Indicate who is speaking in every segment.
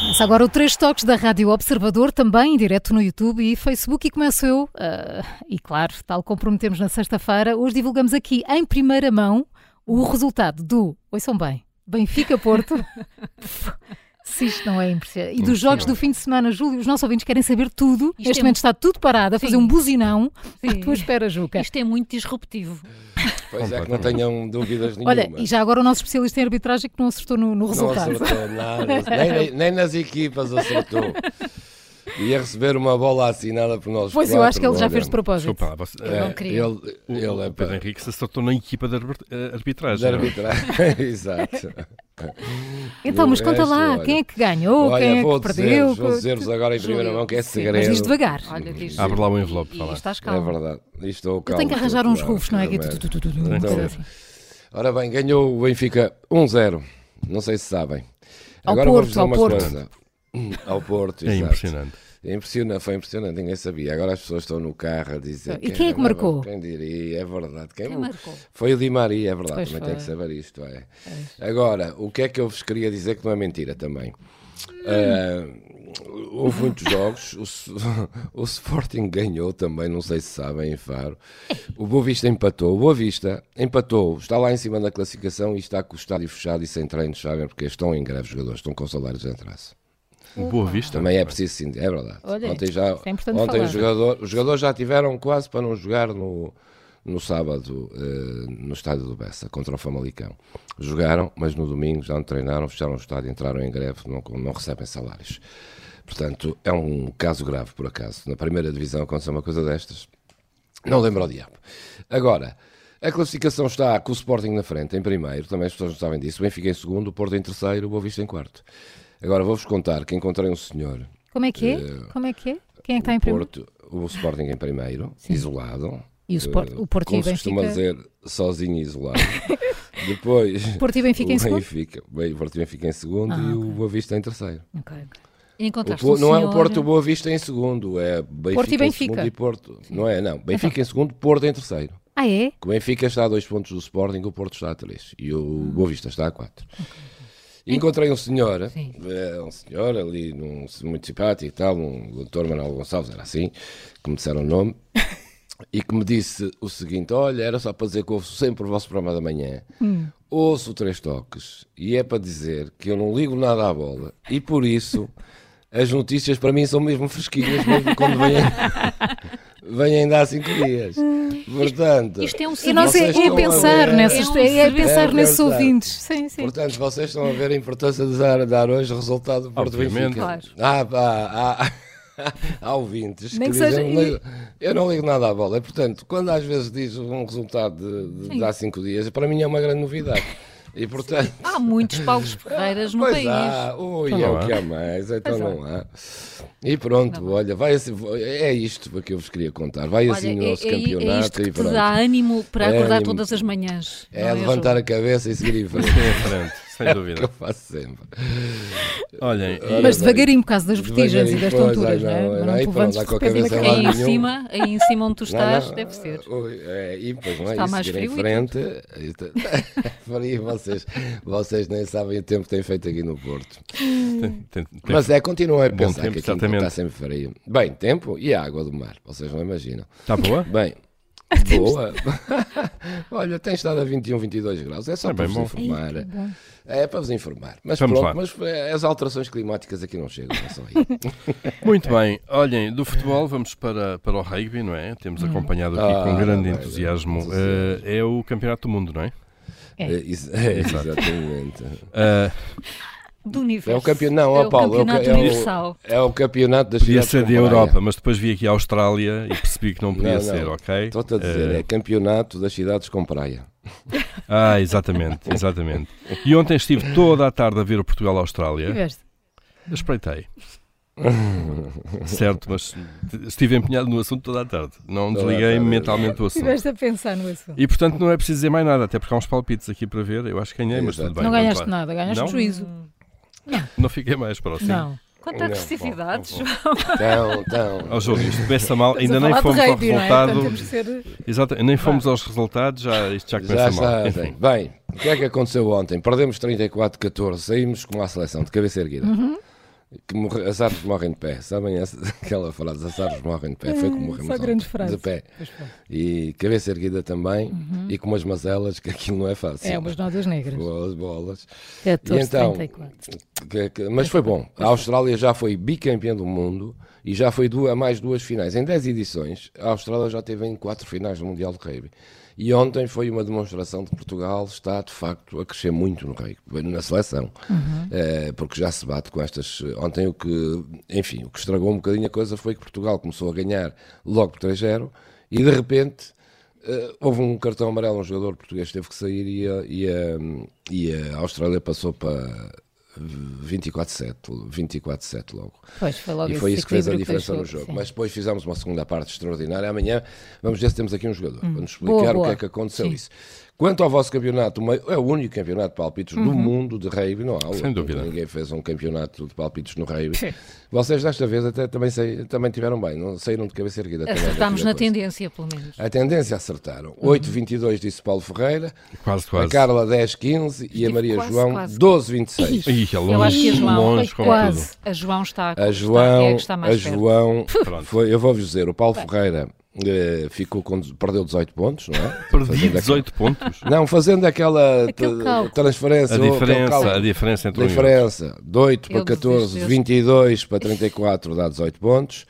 Speaker 1: Começa agora o Três Toques da Rádio Observador, também em direto no YouTube e Facebook. E começo eu, ah, e claro, tal como prometemos na sexta-feira, hoje divulgamos aqui em primeira mão o resultado do, ouçam bem, Benfica-Porto. Se isto não é impressionante. E dos jogos do fim de semana, Júlio, os nossos ouvintes querem saber tudo.
Speaker 2: Isto
Speaker 1: Neste
Speaker 2: é
Speaker 1: momento está tudo parado, a fazer
Speaker 2: Sim.
Speaker 1: um buzinão.
Speaker 2: Sim.
Speaker 1: À tua espera, Juca.
Speaker 2: Isto é muito disruptivo.
Speaker 3: Pois é, que não tenham dúvidas nenhuma.
Speaker 1: Olha, e já agora o nosso especialista em arbitragem que não acertou no, no
Speaker 3: não
Speaker 1: resultado.
Speaker 3: acertou nada, nem, nem nas equipas acertou. Ia receber uma bola assinada por nós.
Speaker 1: pois eu
Speaker 3: quatro,
Speaker 1: acho que ele já
Speaker 3: olha.
Speaker 1: fez de propósito.
Speaker 4: Desculpa lá, você,
Speaker 3: É,
Speaker 2: não queria.
Speaker 3: Ele,
Speaker 4: o,
Speaker 3: ele é
Speaker 4: o Pedro
Speaker 3: para
Speaker 4: Henrique se acertou na equipa de arbit- eh, arbitragem. não é?
Speaker 3: arbitrar. Exato.
Speaker 1: Então, mas conta lá,
Speaker 3: Olha,
Speaker 1: quem é que ganhou,
Speaker 3: olha,
Speaker 1: quem é
Speaker 3: vou
Speaker 1: que perdeu?
Speaker 3: dizer-vos, vou dizer-vos agora em primeira
Speaker 2: Júlio,
Speaker 3: mão que é
Speaker 2: sim,
Speaker 3: segredo.
Speaker 1: Mas diz devagar.
Speaker 2: Olha, diz.
Speaker 4: Abre lá o envelope,
Speaker 2: E,
Speaker 4: vá lá.
Speaker 2: e estás
Speaker 3: É
Speaker 2: calmo.
Speaker 3: verdade. E Estou
Speaker 1: Eu
Speaker 3: calmo.
Speaker 1: tenho que arranjar uns
Speaker 3: claro,
Speaker 1: rufos, não é? Que é
Speaker 3: também.
Speaker 1: tu, tu, tu, tu, tu,
Speaker 4: Tem
Speaker 1: uma
Speaker 4: que
Speaker 1: coisa
Speaker 4: ser.
Speaker 1: assim.
Speaker 3: Ora bem, ganhou o Benfica 1-0. Não sei se sabem.
Speaker 1: Ao
Speaker 3: Agora
Speaker 1: Porto,
Speaker 3: vou-vos dizer
Speaker 1: ao
Speaker 3: uma
Speaker 1: Porto.
Speaker 3: coisa. Ao Porto,
Speaker 4: É
Speaker 3: exato.
Speaker 4: impressionante.
Speaker 3: É impressiona- foi impressionante, ninguém sabia. Agora as pessoas estão no carro a dizer.
Speaker 1: E quem é que
Speaker 3: ganhava,
Speaker 1: marcou?
Speaker 3: Quem diria, é verdade. Quem,
Speaker 2: Quem marcou?
Speaker 3: Foi o Di Maria, é verdade,
Speaker 1: Pois
Speaker 3: também
Speaker 1: foi.
Speaker 3: tem que saber isto. É. Agora, o que é que eu vos queria dizer que não é mentira também? Ah, houve muitos jogos, o, S- o Sporting ganhou também, não sei se sabem, em Faro. O Boa Vista empatou, o Boa Vista empatou, está lá em cima da classificação e está com o estádio fechado e sem treinos, sabem, porque estão em greve os jogadores, estão com salários em atraso.
Speaker 4: Boa vista.
Speaker 3: Também é preciso sim, é verdade.
Speaker 1: Olha,
Speaker 3: ontem já,
Speaker 1: isso é importante
Speaker 3: ontem
Speaker 1: falar.
Speaker 3: os, jogador, os jogadores já tiveram quase para não jogar no, no sábado eh, no estádio do Bessa contra o Famalicão. Jogaram, mas no domingo já não treinaram, fecharam o estádio, entraram em greve, não, não recebem salários. Portanto, é um caso grave, por acaso. Na primeira divisão aconteceu uma coisa destas. Não lembro ao diabo. Agora, a classificação está com o Sporting na frente, em primeiro, também as pessoas não sabem disso. O Benfica em segundo, o Porto em terceiro, o Boa Vista em quarto. Agora vou-vos contar que encontrei um senhor
Speaker 1: Como é que é? Como é que é? Quem é que está em primeiro?
Speaker 3: Porto, o Sporting em primeiro, isolado.
Speaker 1: E o Sport-
Speaker 3: eh,
Speaker 1: o Porto
Speaker 3: como
Speaker 1: e o
Speaker 3: se costuma
Speaker 1: Benfica?
Speaker 3: dizer, sozinho e isolado. Depois,
Speaker 1: Porto e Benfica
Speaker 3: o
Speaker 1: em segundo? Ah,
Speaker 3: Benfica- bem, o Porto e Benfica em segundo e o Boa Vista em terceiro.
Speaker 1: Ok, ok.
Speaker 2: E
Speaker 3: O
Speaker 2: encontraste
Speaker 3: Po-
Speaker 2: um
Speaker 3: não é o
Speaker 2: senhor-
Speaker 3: Porto e o Boa Vista em segundo, é Benfica,
Speaker 1: Então Porto e
Speaker 3: em
Speaker 1: Benfica. Então.
Speaker 3: segundo e Porto. Não é, não. Benfica em segundo, Porto em terceiro.
Speaker 1: Ah, é?
Speaker 3: Que O Benfica está a dois pontos do Sporting, o Porto está a três e o Boa Vista está a quatro. E Encontrei um senhor, eh, um senhor ali num, muito simpático e tal, um doutor Manuel Gonçalves, era assim, que me disseram o nome, e que me disse o seguinte: Olha, era só para dizer que ouço sempre o vosso programa da manhã,
Speaker 1: Hum.
Speaker 3: ouço o três toques, e é para dizer que eu não ligo nada à bola, e por isso as notícias para mim são mesmo fresquinhas, mesmo quando vêm, vêm ainda há cinco dias. Portanto.
Speaker 2: Isto é um
Speaker 1: Hum. E nós é,
Speaker 3: vocês
Speaker 1: é
Speaker 3: estão a
Speaker 1: pensar
Speaker 3: ver-
Speaker 1: nessas,
Speaker 2: É um
Speaker 1: é, é pensar
Speaker 3: serviço.
Speaker 1: nesses
Speaker 3: É verdade.
Speaker 1: ouvintes. Sim, sim.
Speaker 3: Portanto, vocês estão a ver a importância de dar, dar hoje o resultado do Porto
Speaker 4: Obviamente.
Speaker 3: Benfica. Há, há, há, há ouvintes
Speaker 1: Nem
Speaker 3: que,
Speaker 1: que seja-
Speaker 3: dizem, "Eu não ligo- eu não ligo nada à bola. E, Portanto, quando às vezes diz um resultado de, de, de há cinco dias, para mim é uma grande novidade. E portanto,
Speaker 2: Há muitos Paulos Ferreiras no
Speaker 3: pois
Speaker 2: país.
Speaker 3: há, ui,
Speaker 4: Então
Speaker 3: é
Speaker 4: não
Speaker 3: o
Speaker 4: há.
Speaker 3: que há mais, então não há. E pronto, olha, vai assim, é isto que eu vos queria contar. Vai
Speaker 2: Olha,
Speaker 3: assim o
Speaker 2: é,
Speaker 3: nosso
Speaker 2: é- é
Speaker 3: campeonato
Speaker 2: isto que te
Speaker 3: e pronto.
Speaker 2: dá ânimo para
Speaker 3: É
Speaker 2: acordar
Speaker 3: ânimo.
Speaker 2: todas as manhãs.
Speaker 3: É,
Speaker 2: não
Speaker 3: levantar
Speaker 2: João?
Speaker 3: a cabeça e seguir em frente,
Speaker 4: Tem em é frente, sem
Speaker 3: que eu
Speaker 4: dúvida.
Speaker 3: faço sempre.
Speaker 4: Olhem, e-
Speaker 3: Olha,
Speaker 1: Mas
Speaker 3: bem.
Speaker 1: devagarinho, por causa das vertigens e
Speaker 3: Devagarinho,
Speaker 1: das
Speaker 3: pois,
Speaker 1: tonturas,
Speaker 3: ai,
Speaker 1: não é?
Speaker 3: não,
Speaker 1: Mas
Speaker 3: não,
Speaker 1: não
Speaker 3: e
Speaker 1: te
Speaker 3: para
Speaker 1: levantes
Speaker 3: lá
Speaker 1: de
Speaker 3: com a
Speaker 1: repente
Speaker 3: cabeça
Speaker 1: ainda
Speaker 3: lá.
Speaker 2: Aí é em
Speaker 3: Nenhum.
Speaker 2: cima, aí em cima onde tu
Speaker 3: Não, não,
Speaker 2: estás, deve ser.
Speaker 3: ui, é, e pois não é
Speaker 2: Está
Speaker 3: isso,
Speaker 2: mais
Speaker 3: seguir em
Speaker 2: frio e
Speaker 3: frente. e tá- Faria vocês, vocês nem sabem o tempo que têm feito aqui no Porto.
Speaker 4: tem- tem- tem-
Speaker 3: Mas é, continuem a pensar
Speaker 4: tempo,
Speaker 3: que aqui
Speaker 4: certamente.
Speaker 3: está sempre frio. Bem, tempo e a água do mar, vocês não imaginam.
Speaker 4: Está tá boa?
Speaker 3: Bem, boa. Olha, tem estado a 21, 22 graus. É só
Speaker 4: É
Speaker 3: para
Speaker 4: bem
Speaker 3: vos
Speaker 4: bom.
Speaker 3: informar. É para vos informar. Mas
Speaker 4: Vamos
Speaker 3: pronto,
Speaker 4: lá.
Speaker 3: mas eh, as alterações climáticas aqui não chegam. É só aí.
Speaker 4: Muito bem. Olhem, do futebol vamos para, para o rugby, não é? Temos acompanhado aqui
Speaker 3: Ah,
Speaker 4: com grande
Speaker 3: bem,
Speaker 4: entusiasmo. Eh, é o campeonato do mundo, não é?
Speaker 1: É.
Speaker 3: Eh, isso- é, exatamente.
Speaker 4: Eh,
Speaker 2: Do universo.
Speaker 3: É o campeão, não,
Speaker 2: é
Speaker 3: ó
Speaker 2: o
Speaker 3: Paulo, é o ca-
Speaker 2: campeonato
Speaker 3: é o-
Speaker 2: universal.
Speaker 3: É o campeonato das
Speaker 4: Eh, podia
Speaker 3: cidades
Speaker 4: ser da
Speaker 3: com praia.
Speaker 4: Europa, mas depois vi aqui a Austrália e percebi que não
Speaker 3: Não,
Speaker 4: podia
Speaker 3: não.
Speaker 4: ser, ok?
Speaker 3: Estou-te a dizer,
Speaker 4: Eh,
Speaker 3: é campeonato das cidades com praia.
Speaker 4: Ah, exatamente, exatamente. E ontem estive toda a tarde a ver o Portugal-Austrália.
Speaker 1: Tiveste.
Speaker 4: Eu Espreitei. certo, mas estive empenhado no assunto toda a tarde. Não
Speaker 3: Toda a
Speaker 4: desliguei
Speaker 3: tarde.
Speaker 4: mentalmente o assunto.
Speaker 1: Tiveste a pensar no assunto.
Speaker 4: E portanto não é preciso dizer mais nada, até porque há uns palpites aqui para ver. Eu acho que ganhei, mas tudo
Speaker 3: Exato.
Speaker 4: bem.
Speaker 1: Não
Speaker 4: vamos
Speaker 1: ganhaste
Speaker 4: lá.
Speaker 1: nada, ganhaste
Speaker 4: Não?
Speaker 1: juízo.
Speaker 4: Não fiquei mais próximo.
Speaker 1: Não.
Speaker 2: Quanta
Speaker 3: Não,
Speaker 2: agressividade,
Speaker 4: bom, não
Speaker 2: João.
Speaker 3: Então, então.
Speaker 4: Ao jogo, isto começa mal, ainda nem
Speaker 1: Estamos a
Speaker 4: fomos
Speaker 1: falar
Speaker 4: ao
Speaker 1: de rugby, não é? Portanto,
Speaker 4: resultado.
Speaker 1: temos que ser-
Speaker 4: Exato, nem fomos aos resultados, já, isto já
Speaker 3: Já
Speaker 4: começa mal.
Speaker 3: está.
Speaker 4: Enfim,
Speaker 3: Bem,
Speaker 2: Uhum.
Speaker 3: o que é que aconteceu ontem? Perdemos 34-14, saímos com a seleção de cabeça erguida. que morre, as árvores morrem de pé. Sabem essa, aquela frase? As árvores morrem de pé. Foi
Speaker 2: É,
Speaker 3: como morremos
Speaker 1: só
Speaker 3: ontem,
Speaker 1: grandes frases.
Speaker 3: De pé.
Speaker 1: Pois foi.
Speaker 3: E cabeça erguida também.
Speaker 2: Uhum.
Speaker 3: E com umas mazelas, que aquilo não é fácil.
Speaker 1: É umas notas negras. É,
Speaker 3: Boas bolas.
Speaker 1: 14,
Speaker 3: E então,
Speaker 1: 34.
Speaker 3: Que- que- mas foi bom. A Austrália já foi bicampeã do mundo e já foi du- a mais duas finais. Em 10 edições, a Austrália já teve em quatro finais do Mundial de Rugby. E ontem foi uma demonstração de que Portugal está, de facto, a crescer muito no rugby, na seleção. Eh, porque já se bate com estas... eh, Ontem o que... Enfim, o que estragou um bocadinho a coisa foi que Portugal começou a ganhar logo por 3-0 e, de repente, eh, houve um cartão amarelo, um jogador português teve que sair e a, e a- e a Austrália passou para 24-7, 24-7 logo.
Speaker 1: Pois, foi logo
Speaker 3: E
Speaker 1: esse
Speaker 3: foi isso que fez a
Speaker 1: equilíbrio que
Speaker 3: diferença no
Speaker 1: deixou,
Speaker 3: jogo.
Speaker 1: sim.
Speaker 3: Mas depois fizemos uma segunda parte extraordinária. Amanhã vamos ver se temos aqui um jogador para nos explicar
Speaker 1: Hum. Boa,
Speaker 3: o
Speaker 1: boa.
Speaker 3: que é que aconteceu isso. Quanto ao vosso campeonato, o mei- é o único campeonato de palpites
Speaker 1: Uhum.
Speaker 3: do mundo de rugby, não há outro.
Speaker 4: Sem dúvida.
Speaker 3: Ninguém fez um campeonato de palpites no rugby. Vocês desta vez até também, saí- também tiveram bem, não saíram de cabeça erguida. também
Speaker 2: Acertámos
Speaker 3: daquela
Speaker 2: na
Speaker 3: coisa.
Speaker 2: tendência, pelo menos.
Speaker 3: A tendência é acertaram.
Speaker 2: Uhum.
Speaker 3: 8,22 disse Paulo Ferreira,
Speaker 4: Quase,
Speaker 3: a
Speaker 4: quase.
Speaker 3: Carla 10,15 e a Maria
Speaker 2: quase,
Speaker 3: João
Speaker 2: quase.
Speaker 3: 12,26.
Speaker 4: Ih, é
Speaker 2: Eu acho que a
Speaker 4: longe,
Speaker 2: João
Speaker 4: longe,
Speaker 1: foi
Speaker 4: como
Speaker 1: quase.
Speaker 4: tudo.
Speaker 2: A João está
Speaker 3: A
Speaker 2: está, é a
Speaker 3: João,
Speaker 2: que está
Speaker 3: a
Speaker 2: mais perto.
Speaker 3: João
Speaker 4: Pronto.
Speaker 3: foi, eu vou-vos dizer, o Paulo Ferreira eh, ficou com, perdeu 18 pontos, não é?
Speaker 4: Perdi
Speaker 3: Fazendo aquela-
Speaker 4: 18 pontos.
Speaker 3: Não, fazendo aquela
Speaker 1: Aquele
Speaker 3: t-
Speaker 1: cálculo.
Speaker 3: transferência,
Speaker 4: A
Speaker 3: ou aquele
Speaker 4: diferença, a
Speaker 3: cálculo.
Speaker 4: diferença entre um e outro.
Speaker 3: diferença de 8 para
Speaker 2: Eu desisto
Speaker 3: 14, de
Speaker 2: deste.
Speaker 3: 22 para 34 dá 18 pontos.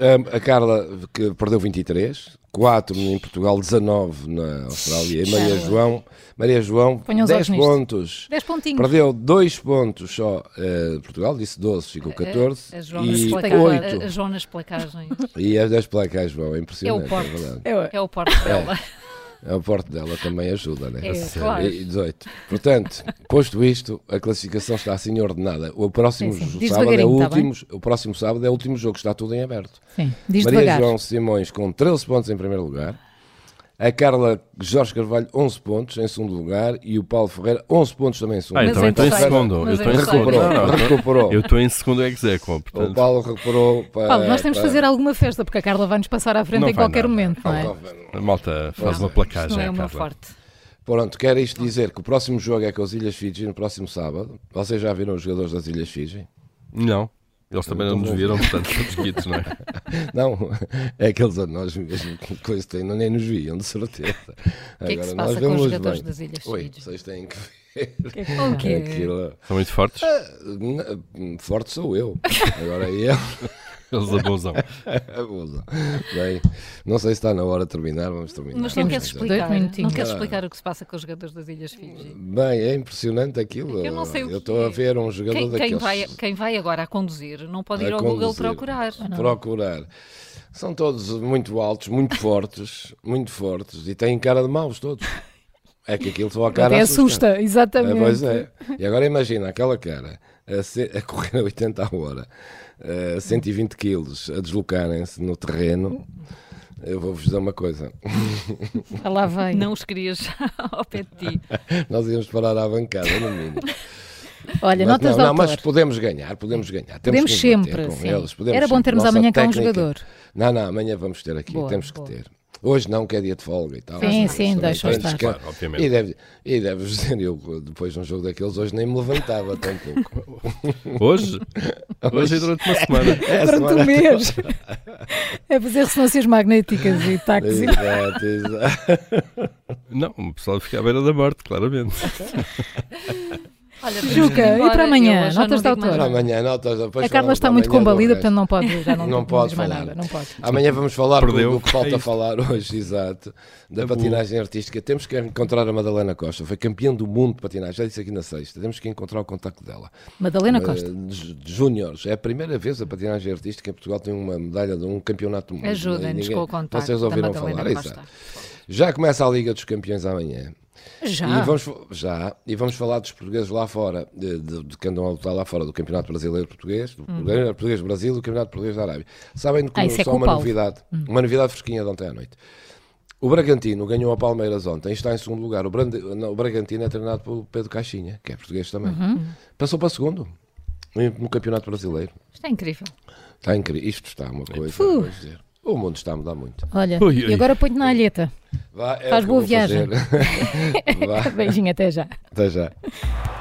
Speaker 3: Hum, a Carla que perdeu 23, 4 em Portugal, 19 na Austrália. E Maria
Speaker 1: Carla.
Speaker 3: João, Maria João
Speaker 1: Ponha os olhos
Speaker 3: 10
Speaker 1: nisto.
Speaker 3: pontos.
Speaker 1: 10 pontinhos.
Speaker 3: Perdeu 2 pontos só eh, Portugal, disse 12, ficou 14.
Speaker 2: Eh, A João, nas
Speaker 3: e
Speaker 2: placa-
Speaker 3: 8.
Speaker 2: a- a João nas placagens.
Speaker 3: E as 10 placas vão, é impressionante.
Speaker 2: É o Porto.
Speaker 3: verdade.
Speaker 2: É o porte dela.
Speaker 3: É o porte dela também ajuda, né?
Speaker 2: É, Sim. claro.
Speaker 3: E 18. Portanto, posto isto, a classificação está assim ordenada. O próximo
Speaker 1: Sim, sim. Diz
Speaker 3: sábado é o
Speaker 1: devagarinho, tá bem?
Speaker 3: último, o próximo sábado é o último jogo, está tudo em aberto.
Speaker 1: Sim, diz
Speaker 3: Maria
Speaker 1: devagar.
Speaker 3: João Simões com 13 pontos em primeiro lugar. A Carla Jorge Carvalho 11 pontos em segundo lugar e o Paulo Ferreira 11 pontos também em segundo.
Speaker 4: Ah,
Speaker 2: Mas
Speaker 4: então
Speaker 2: é
Speaker 4: estou em
Speaker 2: terceiro.
Speaker 4: segundo. Eu
Speaker 2: Mas
Speaker 4: estou
Speaker 2: é
Speaker 4: em segundo.
Speaker 3: recuperou,
Speaker 2: terceiro.
Speaker 4: Não, não, eu estou-
Speaker 3: recuperou.
Speaker 4: Eu estou em segundo ex aequo,
Speaker 3: O
Speaker 4: portanto.
Speaker 3: Paulo recuperou para
Speaker 1: Paulo, nós temos de
Speaker 3: para-
Speaker 1: fazer alguma festa, porque a Carla vai-nos passar à frente
Speaker 4: Não
Speaker 1: em
Speaker 4: vai
Speaker 1: qualquer
Speaker 4: nada.
Speaker 1: momento, não é?
Speaker 4: A malta faz uma placagem
Speaker 2: Não é
Speaker 4: à
Speaker 2: o meu
Speaker 4: Carla.
Speaker 2: forte.
Speaker 3: Pronto, quero isto dizer que o próximo jogo é com as Ilhas Fiji no próximo sábado. Vocês já viram os jogadores das Ilhas Fiji?
Speaker 4: Não. Eles também não nos viram, portanto, estamos quites, não é?
Speaker 3: Não, é aqueles a nós mesmo, que coisa tem, não nem nos viam, de certeza.
Speaker 2: O que é que se passa com os jogadores das Ilhas
Speaker 3: Oi,
Speaker 2: Fiji?
Speaker 3: vocês têm que
Speaker 2: O
Speaker 3: ver
Speaker 2: quê?
Speaker 3: aquilo. Ah,
Speaker 4: São muito fortes.
Speaker 3: N- Forte sou eu. Agora é eu.
Speaker 4: Eles abusam.
Speaker 3: Bem, não sei se está na hora de terminar, vamos terminar. é
Speaker 2: Mas não
Speaker 1: Temos
Speaker 2: queres
Speaker 1: dois
Speaker 2: explicar? Não
Speaker 1: minutinhos.
Speaker 2: queres explicar o que se passa com os jogadores das Ilhas Fiji?
Speaker 3: Bem, é impressionante aquilo.
Speaker 2: Eu não sei o que
Speaker 3: estou
Speaker 2: é.
Speaker 3: a ver um jogador
Speaker 2: Quem, quem
Speaker 3: daqueles.
Speaker 2: vai, quem vai agora a conduzir não pode
Speaker 3: a
Speaker 2: ir ao Google
Speaker 3: conduzir,
Speaker 2: procurar.
Speaker 1: Ah,
Speaker 3: Procurar. São todos muito altos, muito fortes, muito fortes e têm cara de maus todos. É que aquilo só a cara
Speaker 1: Até assusta,
Speaker 3: É,
Speaker 1: exatamente.
Speaker 3: pois é. E agora imagina aquela cara a, se- a correr a 80 a hora, a 120 quilos, a deslocarem-se no terreno. Eu vou-vos dizer uma coisa:
Speaker 1: Ah, Lá vai.
Speaker 2: Não os querias ao pé de ti.
Speaker 3: nós íamos parar à bancada, no mínimo.
Speaker 1: Olha,
Speaker 3: Mas
Speaker 1: notas
Speaker 3: não,
Speaker 1: de
Speaker 3: não, mas
Speaker 1: autor.
Speaker 3: podemos ganhar, podemos ganhar. Temos
Speaker 1: Podemos
Speaker 3: que nos meter
Speaker 1: sempre.
Speaker 3: com
Speaker 1: sim.
Speaker 3: eles, podemos
Speaker 1: Era bom
Speaker 3: sempre.
Speaker 1: termos
Speaker 3: Nossa
Speaker 1: amanhã cá um
Speaker 3: técnica-
Speaker 1: jogador.
Speaker 3: Não, não, amanhã vamos ter aqui,
Speaker 1: Boa,
Speaker 3: temos
Speaker 1: boa.
Speaker 3: que ter. Hoje não, que é dia de folga e tal.
Speaker 1: Sim,
Speaker 3: Mas
Speaker 1: sim,
Speaker 3: também
Speaker 1: deixa
Speaker 3: temos
Speaker 1: estar.
Speaker 3: que-
Speaker 4: Claro, obviamente.
Speaker 3: E deve- e deves dizer, eu depois de um jogo daqueles hoje nem me levantava tão pouco.
Speaker 4: Hoje? Hoje é durante uma semana.
Speaker 3: É,
Speaker 1: Durante
Speaker 3: semana-
Speaker 1: um mês. É fazer ressonâncias magnéticas e taques. e-
Speaker 3: Exato, exato.
Speaker 4: Não, o pessoal fica à beira da morte, claramente.
Speaker 2: Olha,
Speaker 1: Juca, e para amanhã? Notas de autor.
Speaker 3: Para Amanhã, notas, depois
Speaker 1: A Carla
Speaker 3: falamos
Speaker 1: está
Speaker 3: da
Speaker 1: muito
Speaker 3: manhã do
Speaker 1: combalida,
Speaker 3: resto.
Speaker 1: portanto não pode, já não,
Speaker 3: é Não
Speaker 1: diz
Speaker 3: pode
Speaker 1: mais
Speaker 3: falar. Ah,
Speaker 1: nada. Não pode.
Speaker 3: Amanhã vamos falar do-
Speaker 4: Perdeu.
Speaker 3: do que falta
Speaker 4: É isto.
Speaker 3: falar hoje, exato, da
Speaker 4: Tá bom.
Speaker 3: patinagem artística. Temos que encontrar a Madalena Costa, foi campeã do mundo de patinagem, já disse aqui na sexta. Temos que encontrar o contacto dela.
Speaker 1: Madalena Costa.
Speaker 3: Eh, ju- Júniores, é a primeira vez a patinagem artística em Portugal tem uma medalha de um campeonato do mundo.
Speaker 2: Ajudem-nos
Speaker 3: Ninguém-
Speaker 2: com o contacto
Speaker 3: Vocês
Speaker 2: da
Speaker 3: ouviram
Speaker 2: Madalena
Speaker 3: falar,
Speaker 1: é.
Speaker 2: Costa.
Speaker 3: exato. Já começa a Liga dos Campeões amanhã.
Speaker 1: Já.
Speaker 3: E vamos, fa- já. E vamos falar dos portugueses lá fora, de, de, de que andam a lutar lá fora, do Campeonato Brasileiro Português, do Campeonato Português do Brasil e do Campeonato Português da Arábia. Sabem que
Speaker 1: Hum. Ah, isso é
Speaker 3: só
Speaker 1: com o
Speaker 3: uma
Speaker 1: Paulo.
Speaker 3: novidade, uma novidade fresquinha de ontem à noite. O Bragantino ganhou a Palmeiras ontem, está em segundo lugar. O, Brande- não, o Bragantino é treinado pelo Pedro Caixinha, que é português também.
Speaker 1: Uhum.
Speaker 3: Passou para segundo em- no Campeonato Brasileiro.
Speaker 2: Isto é incrível.
Speaker 3: Está incrível. Isto está uma coisa, vou dizer. O mundo está a mudar muito.
Speaker 1: Olha,
Speaker 4: Ui,
Speaker 1: e
Speaker 4: ui.
Speaker 1: agora ponho na alheta.
Speaker 3: Vá, é
Speaker 1: Faz
Speaker 3: o que eu
Speaker 1: boa
Speaker 3: vou fazer. Vá,
Speaker 1: Beijinho, até já.
Speaker 3: até já.